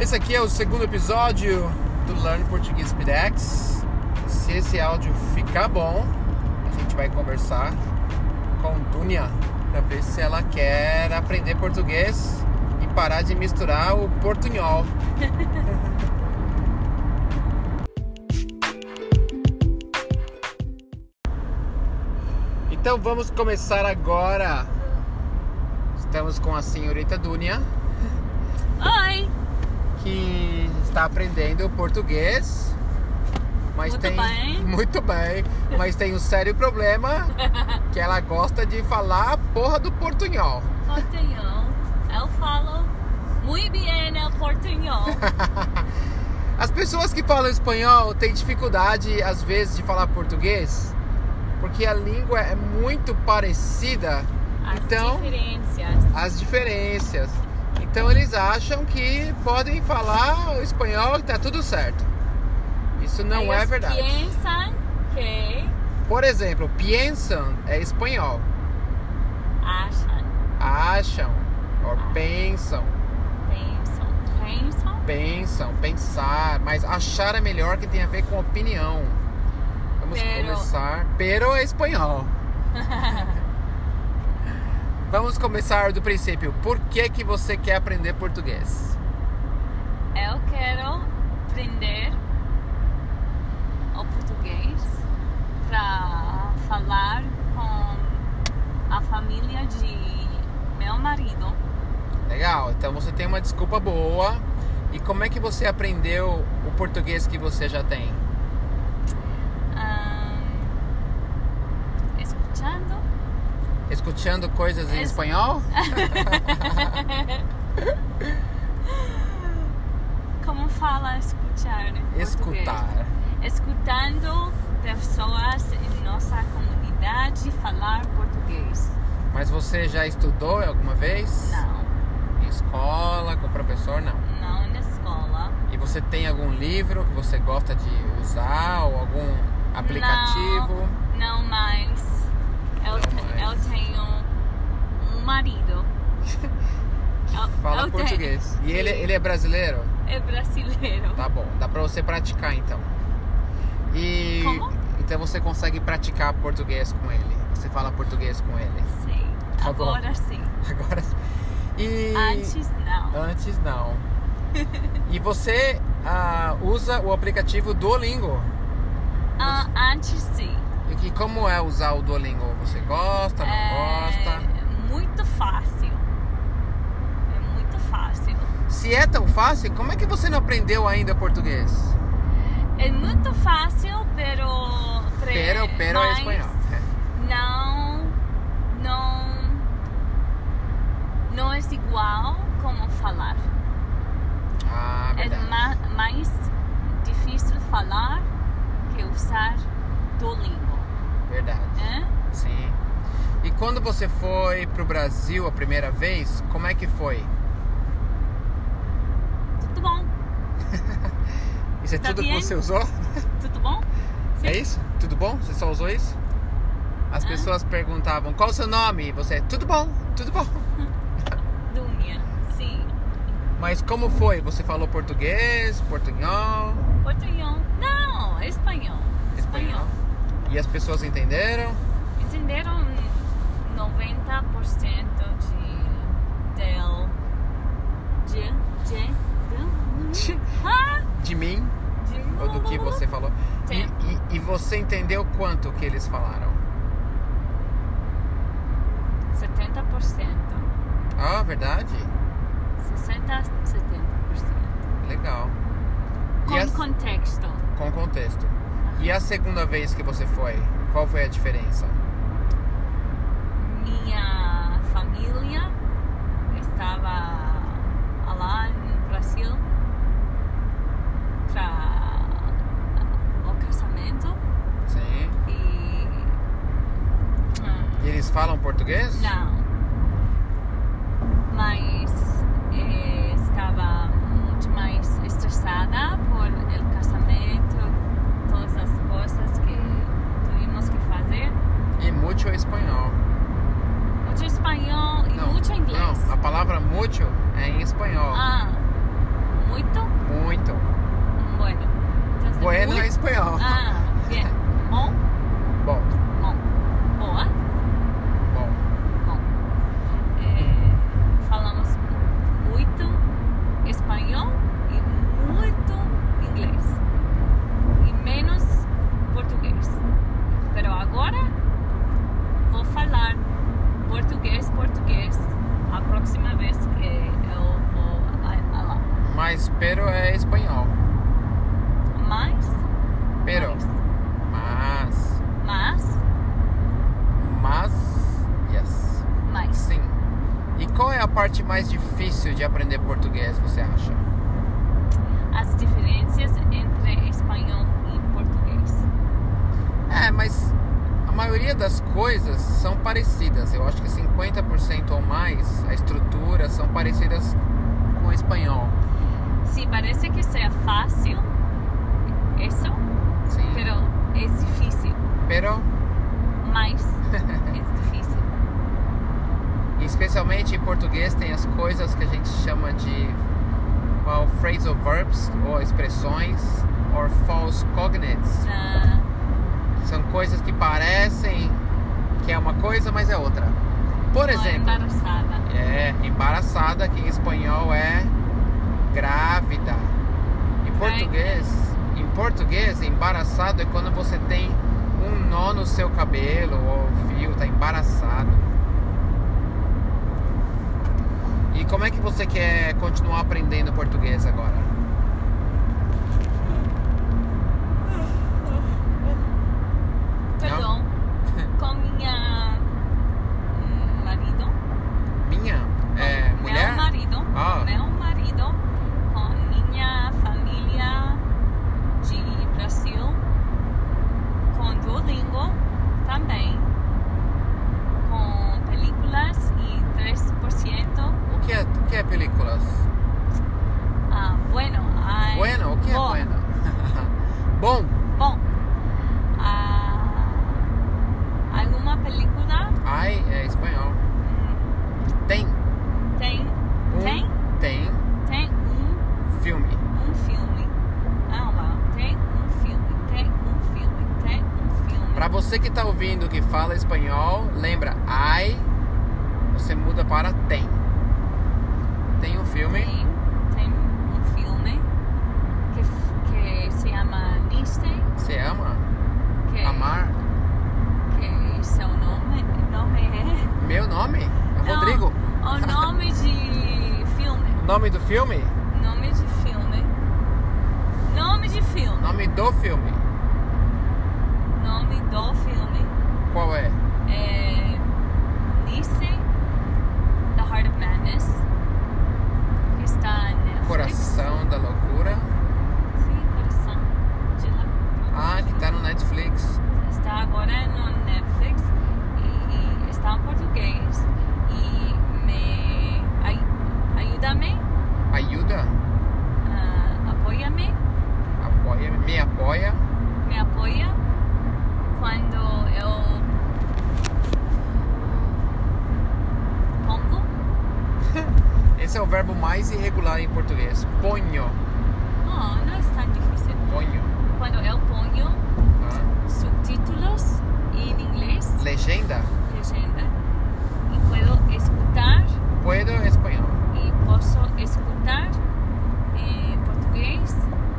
Esse aqui é o segundo episódio do Learn Português Pidex. Se esse áudio ficar bom, a gente vai conversar com Dunia para ver se ela quer aprender português e parar de misturar o portunhol. Então vamos começar agora. Estamos com a senhorita Dunia, Oi! que está aprendendo português. Mas Muito tem bem. muito bem, mas tem um sério problema que ela gosta de falar a porra do portunhol. Portunhol. Eu falo muito bem el portunhol. As pessoas que falam espanhol têm dificuldade às vezes de falar português, porque a língua é muito parecida. As então, diferenças. as diferenças. Então eles acham que podem falar o espanhol e tá tudo certo. Isso não Eles é verdade. pensam que Por exemplo, piensan é espanhol. acham. Acham ou pensam, Pensam. Pensam. pensam, pensar, mas achar é melhor que tem a ver com opinião. Vamos Pero. começar. Pero é espanhol. Vamos começar do princípio. Por que que você quer aprender português? Eu quero aprender o português para falar com a família de meu marido. Legal, então você tem uma desculpa boa. E como é que você aprendeu o português que você já tem? Ahn, escuchando. Escutando coisas em Es- espanhol? Como fala escutar? né? em português? Escutar. Escutando pessoas em nossa comunidade falar português. Mas você já estudou alguma vez? Não, Em escola, com professor, não. não na escola. E você tem algum livro que você gosta de usar ou algum aplicativo? Não, não mais. Eu, Não te- mais. eu tenho um marido. Eu- Fala eu tenho- português. E ele, Sim. ele é brasileiro? É brasileiro. Tá bom, dá pra você praticar então. E Como? então você consegue praticar português com ele. Você fala português com ele. Sim. Tá bom. Agora sim. Agora e Antes não. Antes, não. e você ah, usa o aplicativo Duolingo. Ah, antes sim. E que como é usar o Duolingo? Você gosta, não gosta? É muito fácil. É muito fácil. Se é tão fácil, como é que você não aprendeu ainda português? É muito fácil, pero. pre- Pero, pero é mas espanhol. Não. Não. Não é igual como falar. Ah, É verdade. ma mais difícil falar que usar Duolingo. Verdade. Hein? Sim. E quando você foi pro Brasil a primeira vez, como é que foi? Tudo bom? Isso é Tá tudo que bem. você usou? Tudo bom? Sim. É isso? Tudo bom? Você só usou isso? As Ah. pessoas perguntavam, qual o seu nome? E você, tudo bom, tudo bom. Dunia. Sim. Mas como foi? Você falou português, portunhol, Portunhol. Não, é espanhol. espanhol. E as pessoas entenderam? Entenderam 90% de. del. de. de. de. Ah, De mim? de Ou do que você falou? E, Sim. e- e você entendeu quanto que eles falaram? 70%. Ah, verdade? 60% 70%. Legal. E Com as- contexto. Com contexto. E a segunda vez que você foi, qual foi a diferença? Minha família estava lá no Brasil para ah, o casamento Sim. e. ah, E eles falam português? Não. Mas eh, estava muito mais estressada por el casamento, todas as coisas que tuvimos que fazer. E muito é espanhol. Muito espanhol e muito inglês. é Não, a palavra muito é em espanhol. Ah, muito Muito. bueno. Entonces, Bueno muy- é espanhol. Ah, bien. Bom, Bom, bom. Boa, bom. bom. É, falamos muito espanhol e muito inglês. E menos português. Pero agora vou falar português, português. A próxima vez que eu vou a- a lá. Mas pero é espanhol. Mas, Pero. Mas. mas, Mas. Yes. mas. Sim. E qual é a parte mais difícil de aprender português, você acha? As diferenças entre espanhol e português. É, mas a maioria das coisas são parecidas. Eu acho que 50% ou mais, a estrutura, são parecidas com o espanhol. Sim, parece que seja fácil, isso, Sim. pero é difícil. Pero, Mas é difícil. especialmente em português, tem as coisas que a gente chama de well, phrasal verbs, ou expressões, ou false cognates. Ah, São coisas que parecem que é uma coisa, mas é outra. Por tô exemplo, Embaraçada. É, embaraçada que em espanhol é grávida. Em português, em português, embaraçado é quando você tem um nó no seu cabelo ou fio, tá embaraçado. E como é que você quer continuar aprendendo português agora? Perdão. Com minha hum, ah, marido. Minha? É, com mulher? Meu marido. Ah. Meu marido. Com minha família de Brasil. Com Duolingo também. Com películas e 3%. O que é, o que é películas? Ah, bueno. ai, Bueno, o que é bom, bueno? Bom, Bom. Ah, alguma película ai é espanhol. hum, Tem, tem, um, Tem? tem tem um filme. um filme. Ah lá, tem um filme, tem um filme, tem um filme. Pra você que tá ouvindo que fala espanhol, lembra ai, você muda para tem. Tem um filme, Tem, tem um filme que, f- que se chama Liste, você ama? que, Amar? que seu nome, nome é... Meu nome? É Não, Rodrigo? o nome de filme. Nome do filme? Nome de filme. Nome de filme. Nome do filme. Nome do filme Qual é? é Liste, The Heart of Madness, que está na Netflix. Coração da Loucura. Sim, coração de lá. Ah, que tá no Netflix. Está agora no Netflix e, e está em português. E me ai- ajuda-me, Ajuda, ah, apoia-me, apoia, me apoia. me apoia quando eu pongo, Esse é o verbo mais irregular em português. Ponho. oh, não está difícil. Ponho. Quando eu ponho Ah, subtítulos em inglês, Legenda? legenda, e posso escutar Puedo espanhol. e posso escutar eh, português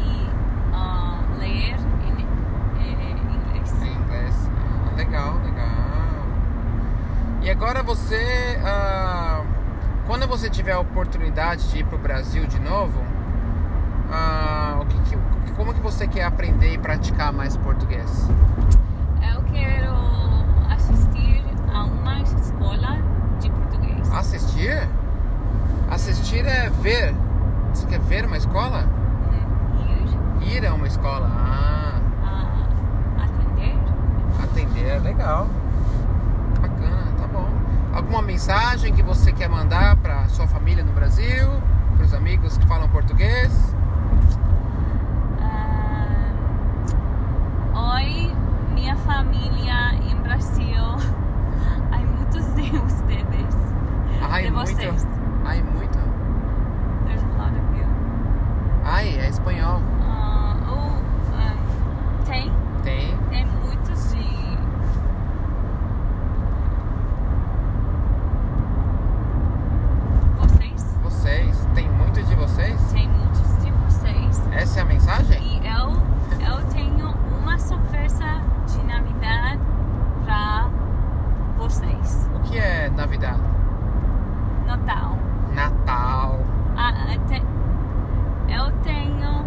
e ah, ler em eh, inglês. Em inglês. Ah, legal, legal. E agora você. ah, quando você tiver a oportunidade de ir pro Brasil de novo, ah, o que que- como que você quer aprender e praticar mais português? Eu quero assistir a uma escola de português. Assistir? Assistir é ver. Você quer ver uma escola? eh, Ir Ir a uma escola. Ah, a atender. atender, é legal. Bacana, tá bom. Alguma mensagem que você quer mandar para sua família no Brasil, para os amigos que falam português? Ah, hoje, minha família em Brasil, há muitos de vocês. Ai, de vocês. muito. Ai, muito. There's a lot of you. é Ah, é é Navidad? Natal. Natal. Ah, ah, te- eu tenho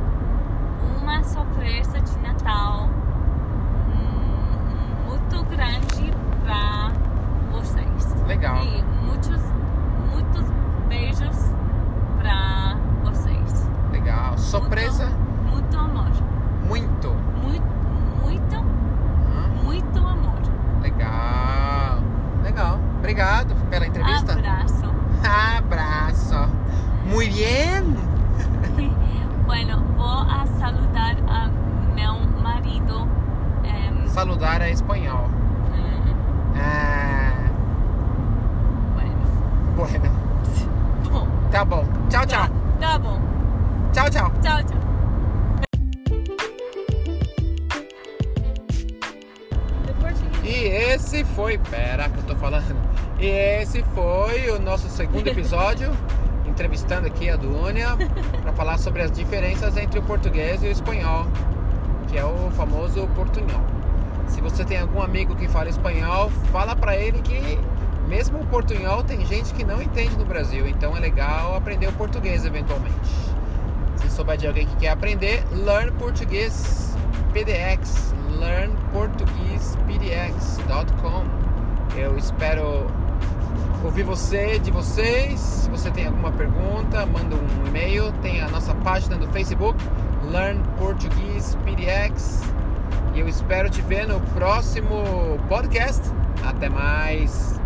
uma surpresa de Natal hum, muito grande para vocês. Legal. E muitos, muitos beijos para vocês. Legal. Surpresa? Muito, muito amor. Muito. Muito, muito, Hã? muito amor. Legal. Legal. Obrigado pela Ah, entrevista. Abraço. Abraço. Muy bien. bueno, vou a saludar a meu marido. em, Saludar é espanhol. eh, Ah, bueno. bueno. Bom, Tá bom. Tchau, tchau. tá, tá bom. Tchau, tchau. Tchau, tchau. E esse foi. Pera, que eu tô falando. E esse foi o nosso segundo episódio, entrevistando aqui a Dunia, para falar sobre as diferenças entre o português e o espanhol, que é o famoso portunhol. Se você tem algum amigo que fala espanhol, fala para ele que mesmo o portunhol tem gente que não entende no Brasil, então é legal aprender o português eventualmente. Se souber de alguém que quer aprender, Learn Português PDX, learnportuguespdx.com. Eu espero ouvir você, de vocês. Se você tem alguma pergunta, manda um e-mail. Tem a nossa página do Facebook, Learn Português PDX. E eu espero te ver no próximo podcast. Até mais!